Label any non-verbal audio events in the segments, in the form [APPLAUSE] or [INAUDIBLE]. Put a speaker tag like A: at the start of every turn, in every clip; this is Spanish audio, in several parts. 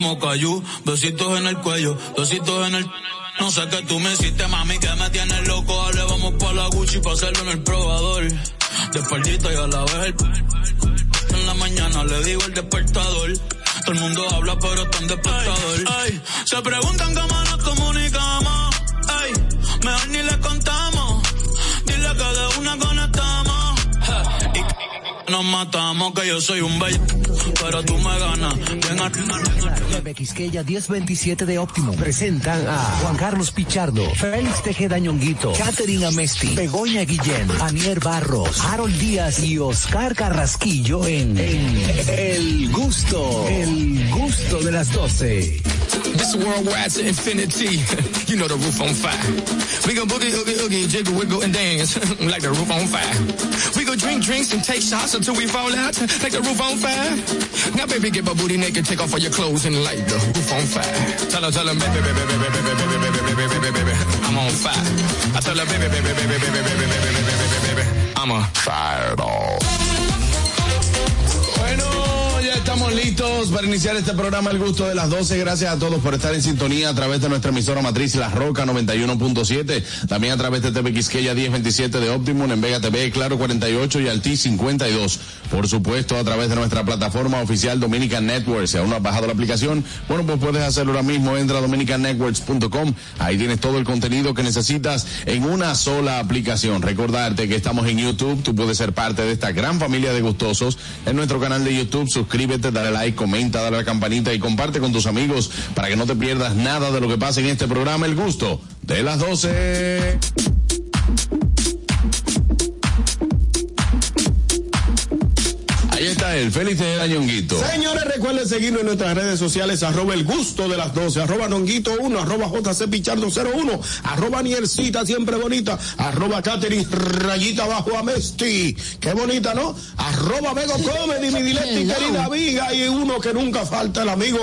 A: como cayú, besitos en el cuello, besitos en el... No sé qué tú me hiciste, mami, que me tienes loco. Le vamos pa' la Gucci pa' hacerlo en el probador. De espaldita y a la vez el... En la mañana le digo el despertador. Todo el mundo habla, pero está en despertador. Ey, ey, se preguntan cómo nos comunicamos. Ey, mejor ni le contamos. Dile que de una conectamos. Eh, y nos matamos, que yo soy un bello. Pero tú me ganas. Ven a...
B: De Quisqueya 1027 de Optimum presentan a Juan Carlos Pichardo, Félix Tejeda Ñonguito, Katherine Amesti, Begoña Guillén, Anier Barros, Harold Díaz y Oscar Carrasquillo en, en El Gusto, El Gusto de las 12.
C: This world wide to infinity. you know the roof on fire. We gon' boogie, oogie, oogie, jiggle, wiggle, and dance like the roof on fire. We gon' drink drinks and take shots until we fall out like the roof on fire. Now, baby, get my booty naked, take off all your clothes and light the roof on fire. Tell her, tell her, baby, baby, baby, baby, baby, baby, baby, baby, baby, baby, I'm on fire. I tell her, baby, baby, baby, baby, baby, baby, baby, baby, baby, I'm a fireball.
D: Bueno, ya estamos listos para iniciar este programa El Gusto de las 12. Gracias a todos por estar en sintonía a través de nuestra emisora matriz La Roca 91.7. También a través de TV Quisqueya 1027 de Optimum en Vega TV, Claro 48 y Altí 52. Por supuesto, a través de nuestra plataforma oficial Dominican Networks. Si aún no has bajado la aplicación, bueno, pues puedes hacerlo ahora mismo. Entra a dominicannetworks.com. Ahí tienes todo el contenido que necesitas en una sola aplicación. Recordarte que estamos en YouTube. Tú puedes ser parte de esta gran familia de gustosos en nuestro canal de YouTube. Suscríbete, dale like, comenta, dale a la campanita y comparte con tus amigos para que no te pierdas nada de lo que pasa en este programa. El gusto de las 12. Ahí está él, Félix de Dañonguito.
E: Señores, recuerden seguirnos en nuestras redes sociales, arroba el gusto de las 12, arroba nonguito1, arroba jcpichardo01, arroba nielcita siempre bonita, arroba Katherine rayita abajo a Mesti. Qué bonita, ¿no? Arroba Mego Comedy, mi directa y querida amiga, y uno que nunca falta, el amigo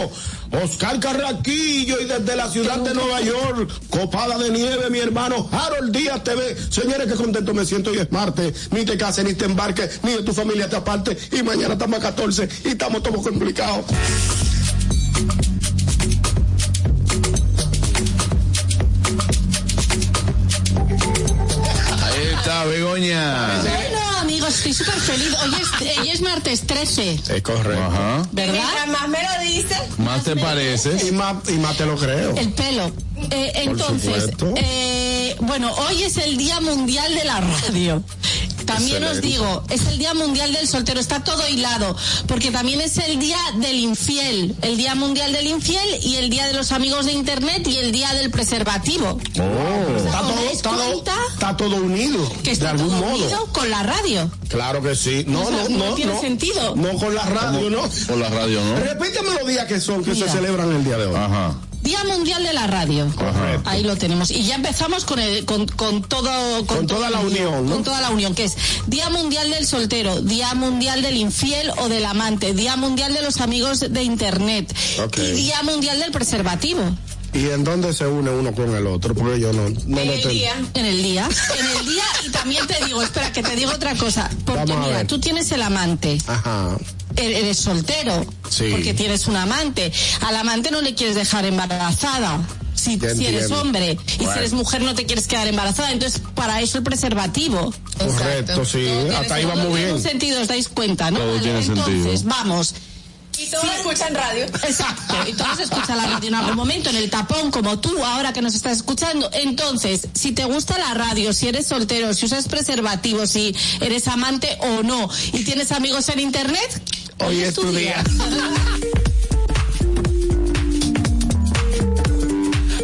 E: Oscar Carraquillo, y desde la ciudad de Nueva York, copada de nieve, mi hermano Harold Díaz TV. Señores, qué contento me siento, hoy es martes, ni te cases, ni te embarques, ni de tu familia te aparte, y mañana estamos a 14 y estamos todos complicados.
D: Ahí está, Begoña.
F: Bueno, amigos, estoy súper feliz. Hoy es, hoy es martes 13,
E: Es correcto.
D: Ajá.
F: ¿verdad?
G: más me lo dice.
D: Más te pareces.
E: Y más, y más te lo creo.
F: El pelo. Eh, entonces,
E: supuesto.
F: eh, bueno, hoy es el Día Mundial de la Radio. También os
E: Excelente.
F: digo, es el Día Mundial del Soltero, está todo hilado, porque también es el Día del Infiel, el Día Mundial del Infiel y el Día de los Amigos de Internet y el Día del Preservativo.
D: Oh.
E: Está todo,
F: dais
E: está, todo,
F: cuenta?
E: está todo unido,
F: Que está
E: de algún
F: todo
E: modo.
F: unido con la radio.
E: Claro que sí. No,
F: O sea,
E: no,
F: no
E: no.
F: tiene
E: no.
F: sentido.
E: No con la radio, no.
D: Por la radio, ¿no?
E: Repíteme los días que son, que
F: Mira.
E: se celebran el día de hoy.
D: Ajá.
F: Día Mundial de la Radio.
E: Correcto.
F: Ahí lo tenemos. Y ya empezamos con, el- con, con todo.
E: Con toda la unión, ¿no?
F: Con toda la unión, que es Día Mundial del Soltero, Día Mundial del Infiel o del Amante, Día Mundial de los Amigos de Internet
E: Ok.
F: y Día Mundial del Preservativo.
E: ¿Y en dónde se une uno con el otro? Porque yo no, no
F: En
E: lo tengo.
F: el día. En el día, y también te digo, espera, que te digo otra cosa. Porque
E: Vamos a
F: mira,
E: ver.
F: tú tienes el amante.
E: Ajá.
F: E- Eres soltero
E: Sí.
F: porque tienes un amante. Al amante no le quieres dejar embarazada. Si,
E: Ya
F: si eres
E: entiendo.
F: hombre y
E: Bueno.
F: si eres mujer no te quieres quedar embarazada, entonces para eso el preservativo.
E: Correcto, sí. Hasta ahí va
F: Todo
E: muy
F: tiene
E: bien.
F: un sentido, os dais cuenta, ¿no?
D: Todo tiene
F: entonces,
D: sentido.
F: vamos.
G: Y todos escuchan radio.
F: Exacto. Entonces escucha la radio en algún momento, en el tapón, como tú ahora que nos estás escuchando. Entonces, si te gusta la radio, si eres soltero, si usas preservativo, si eres amante o no, y tienes amigos en internet,
E: Hoy es tu día.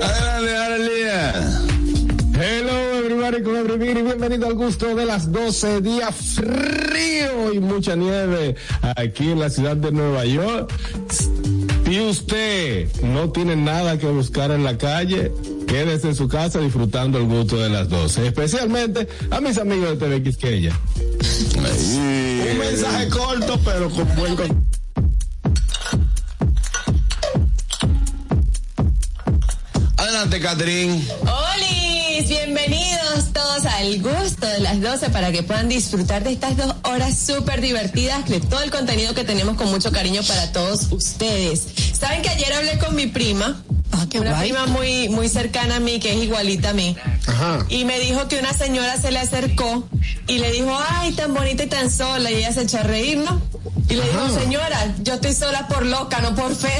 D: Adelante, adelante.
H: Hello everybody, con everybody, bienvenido al gusto de las 12, día frío y mucha nieve aquí en la ciudad de Nueva York. Si usted no tiene nada que buscar en la calle, quédese en su casa disfrutando el gusto de las 12, especialmente a mis amigos de TV Quisqueya.
E: Un mensaje corto, pero con buen con-
D: Adelante, Catherine.
G: Olis, bienvenidos todos al gusto de las 12 para que puedan disfrutar de estas dos horas súper divertidas de todo el contenido que tenemos con mucho cariño para todos ustedes.
F: ¿Saben que ayer hablé con mi prima?
I: Ah, qué
F: una
I: guay.
F: prima muy, muy cercana a mí, que es igualita a mí.
E: Ajá.
F: Y me dijo que una señora se le acercó y le dijo, ay, tan bonita y tan sola. Y ella se echó a reír, ¿no? Y le dijo, señora, yo estoy sola por loca, no por fea.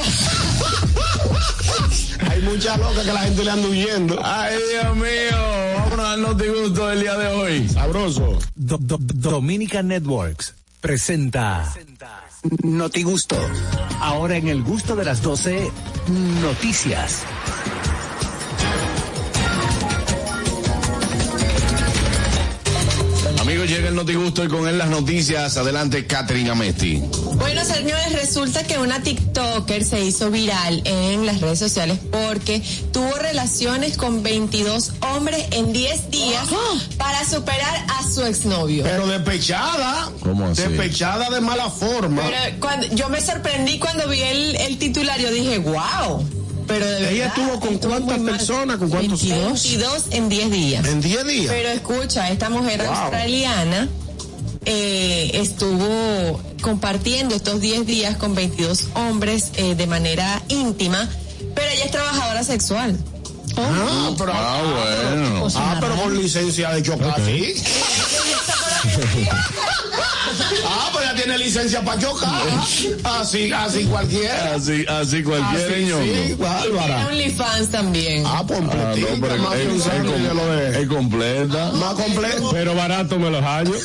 E: Hay muchas locas que la gente le anda huyendo.
D: Ay, Dios mío, vámonos al notigusto del día de hoy.
E: Sabroso.
B: Do- do- Dominica Networks presenta Noti Gusto. Ahora en el gusto de las 12, noticias.
D: Amigos, llega el notigusto y con él las noticias. Adelante, Catherine Amesti.
F: Bueno, señores, resulta que una TikToker se hizo viral en las redes sociales porque tuvo relaciones con 22 hombres en 10
E: [GASPS]
F: días para superar a su exnovio.
E: Pero despechada.
D: ¿Cómo así?
E: Despechada de mala forma.
F: Pero cuando, yo me sorprendí cuando vi el, el titular, yo dije, wow. Pero de
E: ¿Ella
F: verdad,
E: estuvo con
F: estuvo
E: cuántas
F: muy mal.
E: personas? ¿Con cuántos?
F: 22 en 10 días.
E: En 10 días.
F: Pero escucha, esta mujer
E: Wow.
F: australiana eh, estuvo compartiendo estos 10 días con 22 hombres eh, de manera íntima, pero ella es trabajadora sexual.
E: ah, pero,
D: Ah, bueno.
E: ah, pero con licencia de chocar,
F: [LAUGHS]
E: sí. ah, pero ya tiene licencia para chocar. Así, así cualquiera.
D: Así, así cualquiera,
E: Así, sí,
D: ñoño.
F: Tiene
E: Bárbara.
F: OnlyFans también.
E: Ah,
D: Ah, no,
E: completita.
D: pero
E: más
D: es- es
E: pensable
D: com-
E: que lo es.
D: es completa.
E: Más completo.
H: Pero barato me los hallo.
I: Ah, pues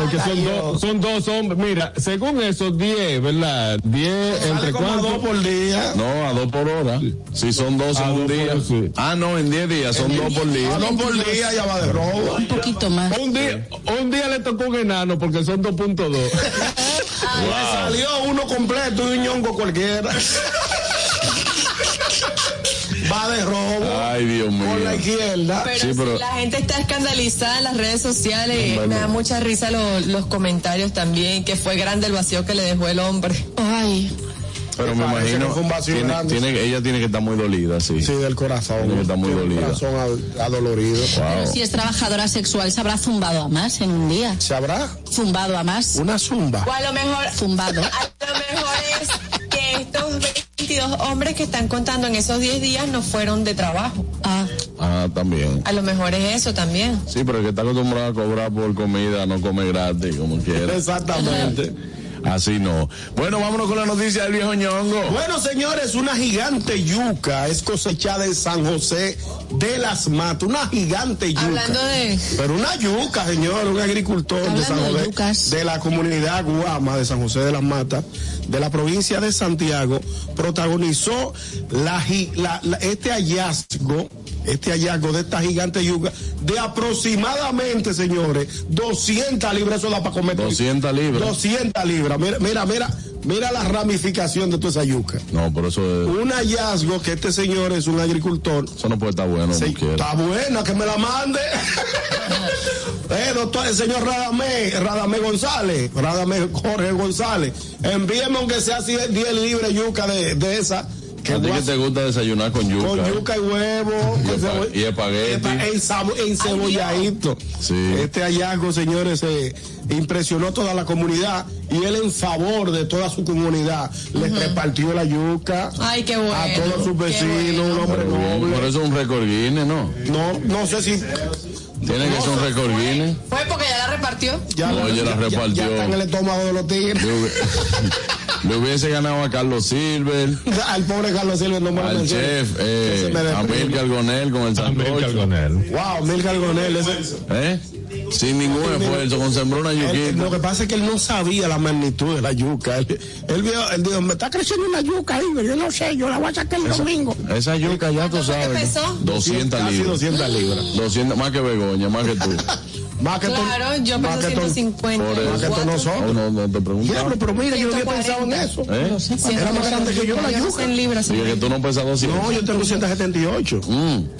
H: Porque son dos, son dos hombres. Mira, según esos 10, ¿verdad? 10
D: Ah,
E: Sale
H: entre
E: como a dos
H: cuántos.
E: por día.
D: No, a dos por hora. Si son dos
H: A
D: en un
H: dos por
D: día.
H: hora, sí.
D: Ah, no, en diez días. Son dos por día.
E: A dos por día ya va de robo.
I: Un poquito más.
H: Un día, un día le tocó un enano porque son 2.2.
E: Le salió uno completo y un ñongo cualquiera. va de robo.
D: Ay, Dios
E: Por la
D: mío.
E: izquierda.
F: Pero,
D: sí, pero-
F: la gente está escandalizada en las redes sociales. eh,
D: Bueno.
F: Me da mucha risa lo- los comentarios también, que fue grande el vacío que le dejó el hombre.
I: Ay,
D: Pero me
E: Parece que
D: imagino.
E: fue un vacío
D: tiene-
E: grande.
D: tiene- ella tiene que estar muy dolida, sí.
E: Sí, del corazón.
D: Está muy
E: Tiene
D: dolida.
E: El corazón ad- adolorido.
I: pero si es trabajadora sexual, se habrá zumbado a más en un día.
E: ¿Sabrá?
I: Zumbado a más.
E: Una zumba.
F: O a lo mejor,
I: Zumbado.
F: a lo mejor es que estos 22 hombres que están contando en esos 10 días no fueron de trabajo.
I: Ah,
D: Ah, también.
F: A lo mejor es eso también.
D: Sí, pero el que está acostumbrado a cobrar por comida, no come gratis, como quiera.
E: Exactamente.
D: Así no. Bueno, vámonos con la noticia del viejo ñongo.
E: Bueno, señores, una gigante yuca es cosechada en San José de las Matas. Una gigante yuca.
F: Hablando de.
E: Pero una yuca, señor, un agricultor de
I: Hablando
E: San
I: de
E: José,
I: yucas.
E: de la comunidad Guama de San José de las Matas, de la provincia de Santiago, protagonizó la, gi- la- la- este hallazgo, este hallazgo de esta gigante yuca de aproximadamente, señores, 200 libras, eso da para comer.
D: 200 libras.
E: 200 libras, mira, mira, mira, mira la ramificación de toda esa yuca.
D: No, pero eso, es-
E: Un hallazgo que este señor es un agricultor
D: eso no puede estar bueno, como
E: Sí,
D: quiera.
E: está buena, que me
D: [LAUGHS]
E: la mande. eh, doctor, el señor Radamé, Radamé González, Radamé Jorge González, envíeme aunque sea así 10 libres yuca de, de esa. Que
D: A ti que
E: guas-
D: te gusta desayunar con yuca.
E: con yuca y huevo.
D: [LAUGHS] Y
E: con
D: espa-
E: cebo-
D: y espagueti.
E: epa- En, sabo- en cebolladito.
D: Sí.
E: Este hallazgo, señores, eh, impresionó toda la comunidad y él en favor de toda su comunidad les repartió la yuca
F: Ay, qué bueno.
E: a todos sus
F: qué
E: vecinos,
F: bueno.
E: un hombre
D: Pero bien,
E: noble.
D: Por eso es un récord Guinness, ¿no?
E: No, no sé si
D: Tiene que ser un récord Guinness.
F: Fue porque ya la repartió.
E: Ya,
D: No, ya la repartió.
E: Ya, está en el estómago de los tigres. [LAUGHS]
D: Le hub- [LAUGHS] Le hubiese ganado a Carlos Silver,
E: Al pobre Carlos Silva no me lo
D: al
E: menciones.
D: chef,
E: Ese
D: eh,
E: me
D: a
E: deprime.
D: Milka Algonel con el sancocho.
E: Wow, Mil Cargonel.
D: ¿Eh? Sin ningún esfuerzo, con sembrona
E: eh, lo
D: yuquita.
E: que pasa es que él no sabía la magnitud de la yuca. Él, él vio, él dijo, me está creciendo una yuca ahí, pero yo no sé, yo la voy a sacar el domingo.
D: Esa yuca ya tú
F: ¿Cuánto fue que
D: sabes.
F: pesó?
D: 200
E: Casi
D: libras.
E: 200 libras.
D: 200, más que Begoña, más que tú.
E: [LAUGHS] Más que tú-
F: Claro, yo
E: más
F: peso
E: que tú-
F: 150.
D: Por eso.
E: Más que tú
F: Cuatro-
E: nosotros.
D: Oh, no, no te
E: Diablo,
D: preguntaba.
E: pero mira, yo no
F: 140.
E: había pensado en eso.
D: ¿Eh?
E: Era más grande que yo la yuca.
F: 100 libras.
D: Dije que tú no pesas Mm, 200.
E: No, yo tengo 178.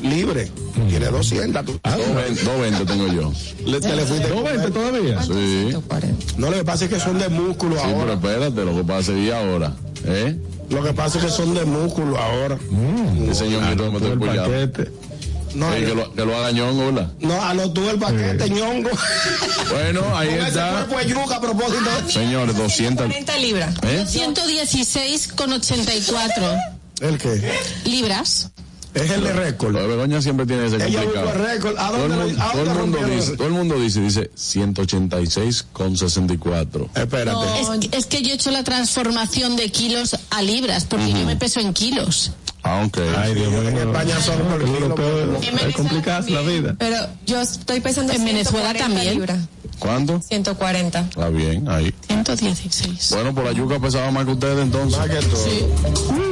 E: Libre. Tiene 200. Tú. Ah,
D: 220 220 tengo yo.
E: Le- te le fuiste.
H: ¿No 20 todavía?
D: Sí. Sí,
F: 140.
E: No, lo que pasa es que son de músculo ahora.
D: pero espérate, lo que pasa es ahora. ¿Eh?
E: Lo que pasa es que son de músculo ahora.
D: Ese ñonguito me
H: Todo
D: estoy
H: el
D: cuidado.
H: paquete.
E: No,
D: Eh, que, lo, que lo haga ñongo, ¿verdad?
E: no, a los tú el paquete, ñongo.
D: Bueno, ahí
E: Ese
D: está.
E: cuerpo de yuca a propósito.
D: Señores, 200.
G: 40 libras.
D: ¿Eh?
F: 116,84
E: ¿El qué?
F: libras.
E: Es el de récord.
D: Lo de Begoña siempre tiene ese
E: Ella
D: complicado.
E: buscó el récord. ¿A
D: Todo el,
E: dónde lo-
D: mundo,
E: a
D: todo el
E: dónde
D: mundo
E: rompieron?
D: dice, todo el mundo dice, dice 186 con 64.
E: Espérate.
G: No.
F: Es, que- es que yo he hecho la transformación de kilos a libras, porque yo me peso en kilos.
E: Ah,
D: Aunque
H: Ay, Dios mío.
E: En España son por
H: Los
E: kilo, por
H: europeos,
G: En
H: Es
G: Venezuela
H: complicada la
G: también.
H: vida.
G: Pero yo estoy pensando
F: En Venezuela
G: 140
F: también.
G: libras.
D: ¿cuánto?
G: 140.
D: Está bien, ahí.
F: 116.
D: Bueno, por la yuca pesaba más que ustedes entonces.
E: Más que todo.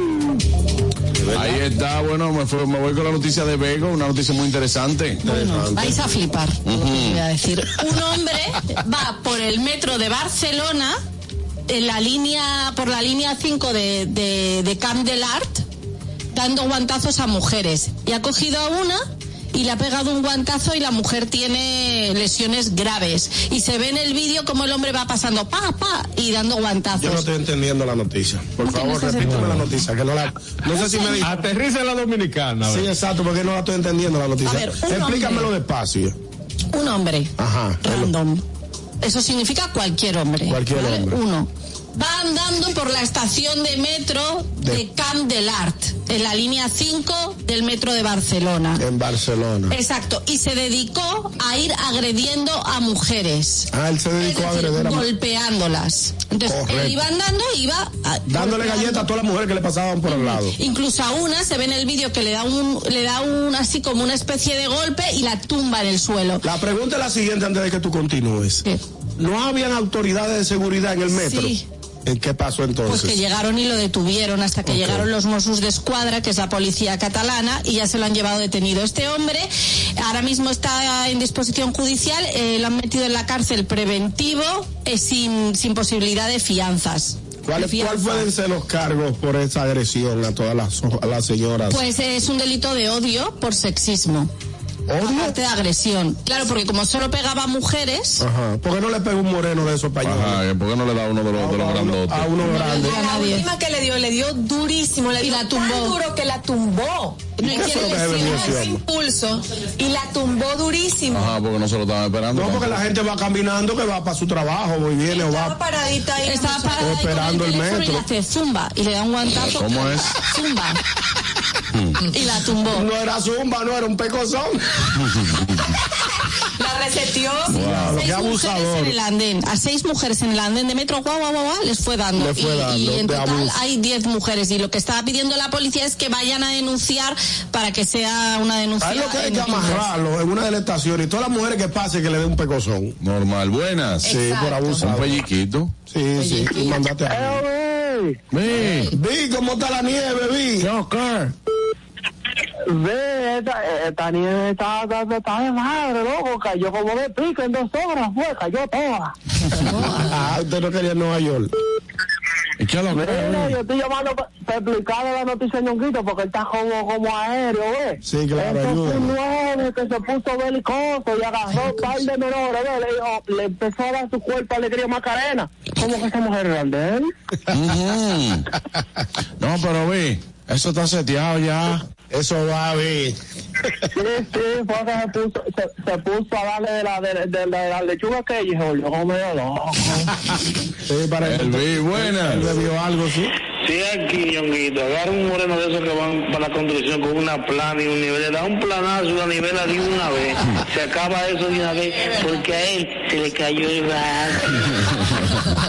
D: Ahí está, bueno, me, fue- me voy con la noticia de Bego, una noticia muy interesante.
F: Bueno, vais a flipar. lo que os voy a decir. Un hombre va por el metro de Barcelona en la línea por la línea 5 de, de, de Camp del Art dando guantazos a mujeres y ha cogido a una y le ha pegado un guantazo y la mujer tiene lesiones graves y se ve en el vídeo como el hombre va pasando pa pa y dando
E: Yo no
F: guantazos.
E: estoy entendiendo la noticia. Por favor, repíteme la noticia. Que no, la, no sé si me dijiste.
H: Aterriza en la dominicana. Ah, a ver.
E: Sí, exacto, porque no la estoy entendiendo la noticia.
F: A ver, un
E: Explícamelo despacio.
F: Un
E: Ah,
F: hombre.
E: Ajá.
F: Random. Eso significa cualquier hombre.
E: Cualquier hombre.
F: Uno. Va andando por la estación de metro de, Camp del Art, en la línea 5 del metro de Barcelona.
E: En Barcelona.
F: Exacto. Y se dedicó a ir agrediendo a mujeres.
E: Ah, él se
F: Es
E: dedicó a
F: decir,
E: agreder a mu-
F: golpeándolas. Entonces,
E: Correcto.
F: él iba andando, iba... a-
E: Dándole
F: golpeando.
E: galletas a todas las mujeres que le pasaban por al lado.
F: Incluso a una se ve en el vídeo que le da un, le da un así como una especie de golpe y la tumba en el suelo.
E: La pregunta es la siguiente antes de que tú continúes.
F: ¿Qué?
E: ¿No habían autoridades de seguridad en el metro?
F: Sí.
E: ¿En qué pasó
F: Pues que
E: entonces?
F: llegaron y lo detuvieron hasta que llegaron los Mossos de Escuadra, que es la policía catalana, y ya se lo han llevado detenido. Este hombre ahora mismo está en disposición judicial, eh, lo han metido en la cárcel preventivo eh, sin, sin posibilidad de fianzas.
E: ¿Cuál-
F: De
E: ¿Cuál,
F: fianza.
E: pueden ser los cargos por esa agresión a todas las, a las señoras?
F: Pues eh, es un delito de odio por sexismo.
E: ¿Odio?
F: Aparte de agresión. Claro, porque como solo pegaba a mujeres,
E: Ajá. ¿Por qué no le pegó un moreno de esos pañuelos?
D: Ajá, ¿que ¿por qué no le da uno de los, de los
E: a, uno, a
D: grandotes?
E: uno grande.
F: A
G: A la
F: nadie.
G: última que le dio, le dio durísimo. Le
F: Y
G: dio
F: la
G: Tan
F: tumbó.
G: duro que la tumbó.
F: no hay
E: eso
F: quien
E: es lo que
F: le
E: debe
G: Le
F: siga.
G: dio
E: Sí,
G: ese
E: sí.
G: impulso y la tumbó durísimo.
D: Ajá, porque no se lo estaban esperando.
E: No, porque la gente va caminando que va para su trabajo, y viene o
G: Estaba
E: va.
G: paradita ahí.
F: Estaba parada ahí con
E: Esperando el
F: teléfono Y
E: metro.
F: le hace zumba y le da un guantazo.
D: ¿Cómo es?
F: Zumba.
E: Mm.
F: y la tumbó.
E: No era zumba, no era un pecozón.
G: La reseteó.
E: Claro,
F: seis
E: qué
F: mujeres
E: abusador.
F: en el andén, a seis mujeres en el andén de metro, guau, guau, guau, guau, les fue dando.
E: Le fue
F: y,
E: dando,
F: y en
E: de
F: total
E: abuso.
F: hay diez mujeres. Y lo que estaba pidiendo la policía es que vayan a denunciar para que sea una denuncia.
E: Hay lo que hay
F: en
E: que
F: el Congreso.
E: amarrarlo en una de las estaciones y todas las mujeres que pasen que le den un pecozón.
D: Normal, buenas.
E: Sí, por
D: Un
E: abusador.
D: pelliquito.
E: Sí, sí, y mandate a
D: Sí.
E: Vi cómo está la nieve, vi.
D: Joker.
J: Ve, esta, esta nieve está, está, está de madre, loco. Cayó como de pico en dos horas, fue, cayó toda.
E: Ah, usted no quería Nueva York.
D: ¿Y qué lo
J: Mira, yo estoy llamando pa- para explicarle la noticia a Ñonguito porque él está como, como aéreo, ¿ves?
E: Sí, claro,
J: Entonces un
E: ayúdame.
J: nueve que se puso belicoso y agarró un par de menores, ¿ves? Le, dijo- le empezó a dar su cuerpo alegría macarena. ¿Cómo que esa mujer era de él?
D: Ujú. No, pero vi, eso está seteado ya.
E: Eso va, vi.
J: Sí, sí, fue que se puso, se, se puso a darle de la, de, de- de la lechuga que ella y se volvió como medio loco.
E: Sí, para
D: El vi, buenas.
E: Él bebió algo, sí.
K: Si aquí, Ñonguito, agarra un moreno de esos que van para la construcción con una plana y un nivel, le da un planazo, la nivela de una vez, se acaba eso de una vez, porque a él se le cayó el brazo.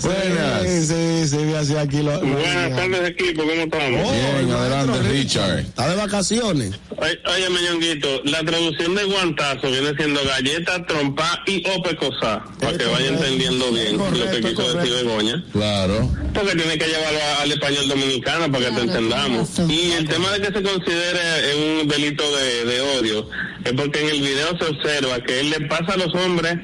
D: Buenas.
E: Sí, sí, sí, vi así aquí lo.
K: Buenas tardes, equipo, ¿cómo estamos?
D: Bien,
E: el
D: adelante,
E: maestro
D: Richard.
E: Está de vacaciones.
K: Oye, Ñonguito, la traducción de guantazo viene siendo galleta, trompa y opecosa, para que vaya entendiendo bien lo que quiso decir Begoña.
D: Claro.
K: Porque tiene que llevarlo a- al español dominicano para que
F: Claro,
K: te entendamos.
F: tienes razón.
K: Y el tema de que se considere eh, un delito de, de odio es porque en el video se observa que él le pasa a los hombres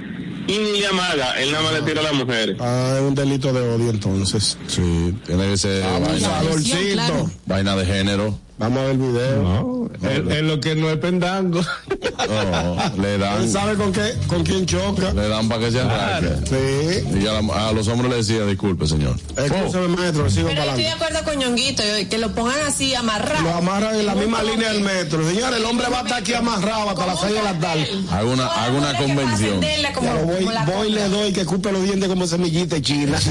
K: y ni le amaga, él nada más le tira a las mujeres.
E: Ah, es un delito de odio entonces.
D: Sí, tiene que ser vaina,
E: Ah,
F: agresión,
E: Abusadorcito.
F: claro.
D: vaina de género.
E: Vamos a ver el video.
H: No, en, en lo que no es pendango.
D: No, le
E: Él
D: dan,
E: sabe con qué, con quién choca.
D: le dan para que se arranque.
E: Sí.
D: Y a, la- a los hombres le decía, disculpe, señor.
E: Escúchame, maestro, sigo
G: Pero
E: para
G: yo estoy de
E: adelante.
G: acuerdo con Ñonguito, yo- que lo pongan así, amarrado.
E: Lo amarran en la misma línea del metro. Señores, el hombre va a estar aquí amarrado hasta las 6 de la tarde.
D: Hago una, hago una convención.
E: Ya lo voy, voy y le doy que escupe los dientes como semillita china. [LAUGHS]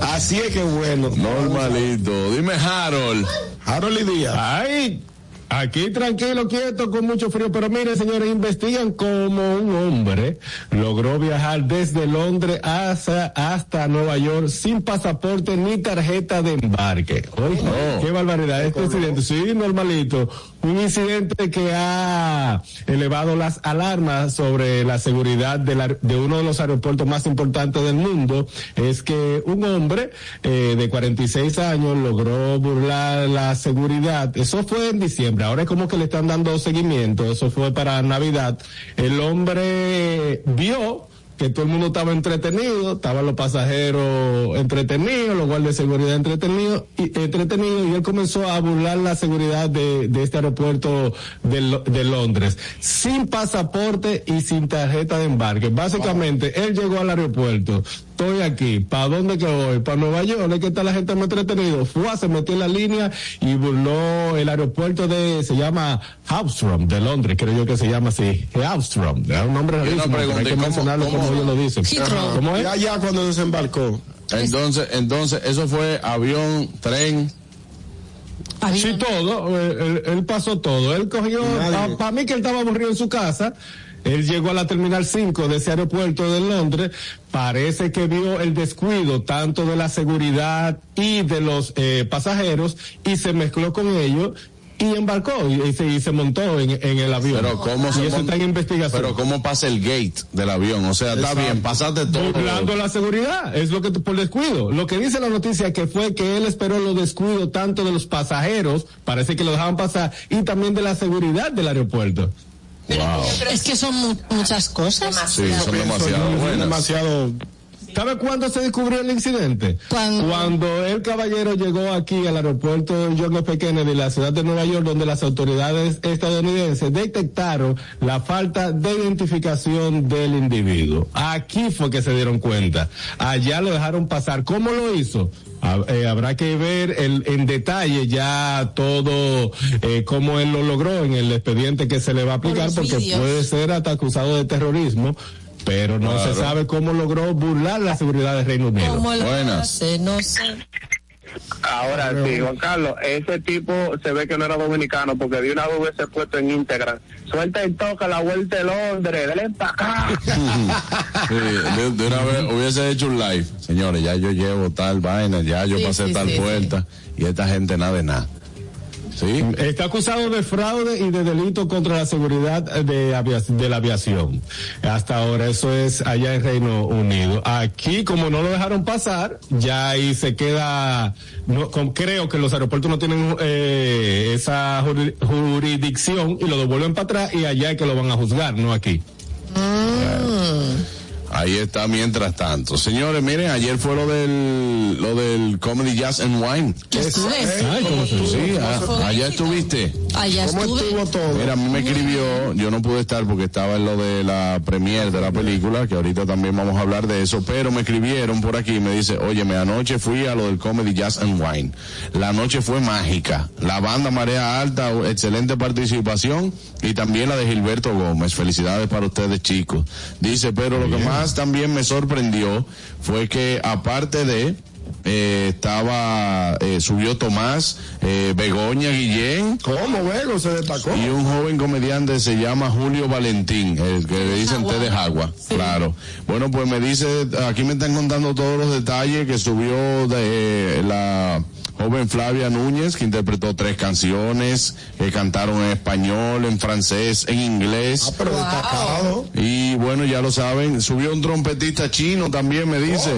E: Así es que bueno.
D: Normalito. Dime, Harold.
E: Harold y Díaz.
H: Ay, aquí tranquilo, quieto, con mucho frío. Pero mire, señores, investigan cómo un hombre logró viajar desde Londres hasta, hasta Nueva York sin pasaporte ni tarjeta de embarque. Oye, qué barbaridad. Este incidente, sí, normalito. Un incidente que ha elevado las alarmas sobre la seguridad del aer- de uno de los aeropuertos más importantes del mundo es que un hombre eh, de 46 años logró burlar la seguridad. Eso fue en diciembre. Ahora es como que le están dando seguimiento. Eso fue para Navidad. El hombre vio que todo el mundo estaba entretenido, estaban los pasajeros entretenidos, los guardias de seguridad entretenidos, y, entretenidos, y él comenzó a burlar la seguridad de, de este aeropuerto de, Lo- de Londres, sin pasaporte y sin tarjeta de embarque. Básicamente, él llegó al aeropuerto, estoy aquí, ¿para dónde que voy? ¿Para Nueva York? ¿Es que está la gente muy entretenido? Fue, se metió en la línea y burló el aeropuerto de, se llama Armstrong, de Londres, creo yo que se llama así, Armstrong, es un nombre
D: Yo no
H: rarísimo, pero hay
D: pregunté,
H: que
D: ¿cómo-
H: mencionarlo
D: cómo-
H: como ellos lo dicen.
F: Heathrow.
H: ¿Cómo es?
E: Ya, ya cuando desembarcó.
D: Entonces, entonces, eso fue avión, tren.
F: Había-
H: Sí, todo. eh, Él, él pasó todo. Él cogió,
E: Nadie.
H: para mí que él estaba aburrido en su casa. Él llegó a la terminal 5 de ese aeropuerto de Londres. Parece que vio el descuido tanto de la seguridad y de los eh, pasajeros y se mezcló con ellos y embarcó y, y se, y se montó en, en el avión.
D: Pero cómo
H: y
D: se
H: eso
D: mon-
H: está en investigación.
D: Pero cómo pasa el gate del avión. O sea, está
H: Exacto.
D: bien, pasaste todo.
H: Burlando la seguridad, es lo que por descuido. Lo que dice la noticia que fue que él esperó los descuidos tanto de los pasajeros, parece que lo dejaban pasar, y también de la seguridad del aeropuerto.
F: Es que son mu- muchas cosas.
D: Sí, son demasiado
E: Fue
D: buenas.
E: demasiado.
H: ¿Sabe cuándo se descubrió el incidente?
F: Cuando-
H: Cuando el caballero llegó aquí al aeropuerto John F. Kennedy de la ciudad de Nueva York, donde las autoridades estadounidenses detectaron la falta de identificación del individuo. Aquí fue que se dieron cuenta. Allá lo dejaron pasar. ¿Cómo lo hizo? Hab- eh, habrá que ver el- en detalle ya todo eh, cómo él lo logró en el expediente que se le va a aplicar
G: los
H: porque
G: vídeos.
H: puede ser hasta acusado de terrorismo, pero no se sabe cómo logró burlar la seguridad del Reino Unido.
G: Como lo
D: Buenas.
G: hace, no sé.
K: Ahora sí, Juan Carlos, ese tipo se ve que no era dominicano porque de una vez hubiese puesto en Instagram. Suelta el toque a la vuelta de Londres, dale pa' acá.
D: [LAUGHS] Sí, de, de una vez hubiese hecho un live. Señores, ya yo llevo tal vaina, ya yo
G: Sí,
D: pasé
G: sí,
D: tal
G: sí,
D: puerta. Y esta gente nada de nada. ¿Sí?
H: Está acusado de fraude y de delito contra la seguridad de, avia- de la aviación. Hasta ahora eso es allá en Reino Unido. Aquí, como no lo dejaron pasar, ya ahí se queda, no, con- creo que los aeropuertos no tienen eh, esa juri- jurisdicción y lo devuelven para atrás y allá es que lo van a juzgar, no aquí.
D: Ahí está mientras tanto. Señores, miren, ayer fue lo del, lo del Comedy Jazz and Wine.
F: Yo estuve.
H: Ay, cómo se dice.
D: Sí, ah, allá estuviste.
F: Allá
E: ¿Cómo
F: estuve.
E: estuvo todo?
D: Mira, a mí me escribió, yo no pude estar porque estaba en lo de la premier de la película, que ahorita también vamos a hablar de eso, pero me escribieron por aquí, me dice, oye, me anoche fui a lo del Comedy Jazz and Wine. La noche fue mágica. La banda Marea Alta, excelente participación, y también la de Gilberto Gómez. Felicidades para ustedes, chicos. Dice, pero lo que más también me sorprendió fue que aparte de... eh, estaba, eh, subió Tomás, eh, Begoña Guillén,
E: ¿Cómo, luego Se destacó.
D: y un joven comediante se llama Julio Valentín, el que le dicen té de agua, claro. Bueno, pues me dice, aquí me están contando todos los detalles que subió de eh, la joven Flavia Núñez, que interpretó tres canciones, que cantaron en español, en francés, en inglés.
E: Ah, pero destacado.
D: Y bueno, ya lo saben, subió un trompetista chino también, me dice.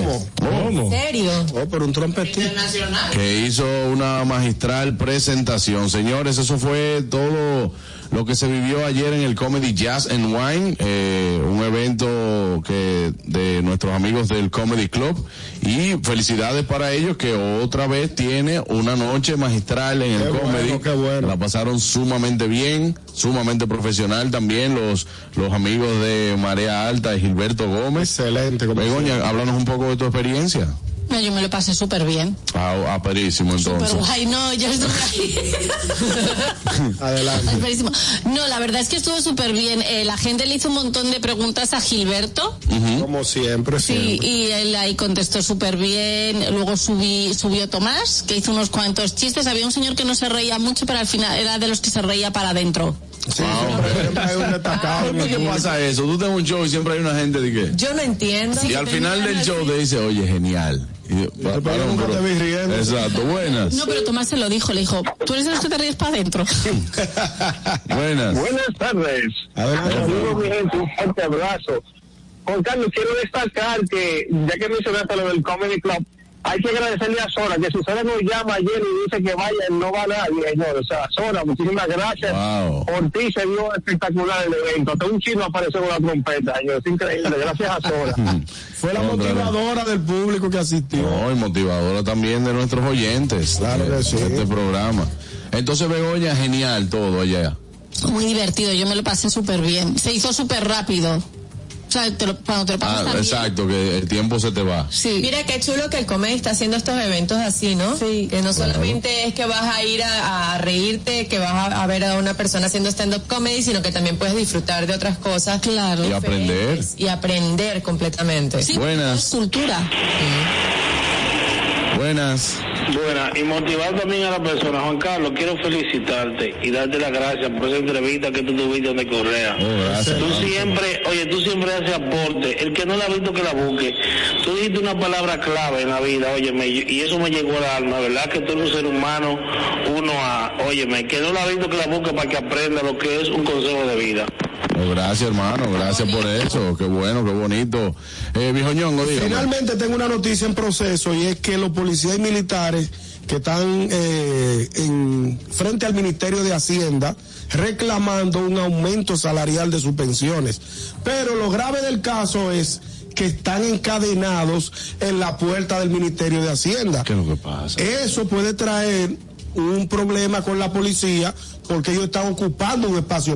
G: ¿En
E: ¿Cómo?
G: serio?
E: Oh, pero un trompetista.
G: Internacional.
D: que hizo una magistral presentación. Señores, eso fue todo lo que se vivió ayer en el Comedy Jazz and Wine, eh, un evento que de nuestros amigos del Comedy Club y felicidades para ellos que otra vez tiene una noche magistral en el
E: Qué bueno,
D: Comedy.
E: qué bueno.
D: La pasaron sumamente bien, sumamente profesional también los los amigos de Marea Alta de Gilberto Gómez.
E: Excelente. como
D: Begoña,
E: siempre.
D: háblanos un poco de tu experiencia.
F: No, yo me lo pasé súper bien.
D: Ah, ah, perísimo
F: Súper
D: entonces.
F: guay, no, yo estuve [LAUGHS] ahí.
E: Adelante.
F: Ay, buenísimo. No, la verdad es que estuvo súper bien. Eh, la gente le hizo un montón de preguntas a Gilberto.
E: Como siempre,
F: Sí,
E: siempre.
F: y él ahí contestó súper bien. Luego subí, subió Tomás, que hizo unos cuantos chistes. Había un señor que no se reía mucho, pero al final era de los que se reía para adentro.
E: Sí, siempre, siempre hay [LAUGHS] un destacado. en
D: ¿Por
E: el
D: qué
E: público.
D: pasa eso? Tú tienes un show y siempre hay una gente de que...
G: Yo no entiendo.
D: y al final del show te dice, oye, genial. Y yo,
E: pero yo nunca te vi riendo.
D: Exacto, buenas.
F: No, pero Tomás se lo dijo, le dijo, tú eres de los que te ríes para adentro.
D: Buenas.
J: Buenas tardes.
E: Adelante.
J: Saludos, mi gente. Un fuerte abrazo. Juan Carlos, quiero destacar que, ya que mencionaste lo del Comedy Club, hay que agradecerle a Sora, que si Sora nos llama ayer y dice que vaya, no va nadie, señor. O sea, Sora, muchísimas gracias.
D: Wow.
J: Por ti se vio espectacular el evento. Hasta un chino apareció con la trompeta, señor. Es increíble. Gracias a Sora.
D: [LAUGHS]
E: Fue la
D: Otra vez.
E: motivadora del público que asistió.
D: No, y motivadora también de nuestros oyentes.
E: Claro
D: de,
E: que sí.
D: de este programa. Entonces, Begoña, genial todo allá.
F: Muy divertido, yo me lo pasé súper bien. Se hizo súper rápido. O sea, te lo- cuando te lo pasas
D: Ah,
F: tan bien.
D: exacto, que el tiempo se te va.
F: Sí.
G: Mira qué chulo que el Comedy está haciendo estos eventos así, ¿no? Sí. Que no solamente es que vas a ir a, a reírte, que vas a, a ver a una persona haciendo stand-up comedy, sino que también puedes disfrutar de otras cosas.
F: Claro.
D: Y aprender.
G: Y aprender completamente.
F: Sí,
D: Buenas.
F: es cultura.
D: Buenas.
K: Buena, y motivar también a la persona. Juan Carlos, quiero felicitarte y darte las gracias por esa entrevista que tú tuviste donde Correa.
D: Oh, gracias.
K: Tú siempre, oye, tú siempre haces aporte. El que no la ha visto, que la busque. Tú dijiste una palabra clave en la vida, óyeme, y y eso me llegó al alma, ¿verdad? Que tú eres un ser humano, uno a, óyeme, el que no la ha visto, que la busque para que aprenda lo que es un consejo de vida.
D: Oh, gracias, hermano. Gracias por eso. Qué bueno, qué bonito. Eh, Viejoñongo, dígame.
E: Finalmente tengo una noticia en proceso y es que los policías y militares que están eh, en frente al Ministerio de Hacienda reclamando un aumento salarial de sus pensiones. Pero lo grave del caso es que están encadenados en la puerta del Ministerio de Hacienda.
D: ¿Qué es lo que pasa?
E: Eso puede traer un problema con la policía porque ellos están ocupando un espacio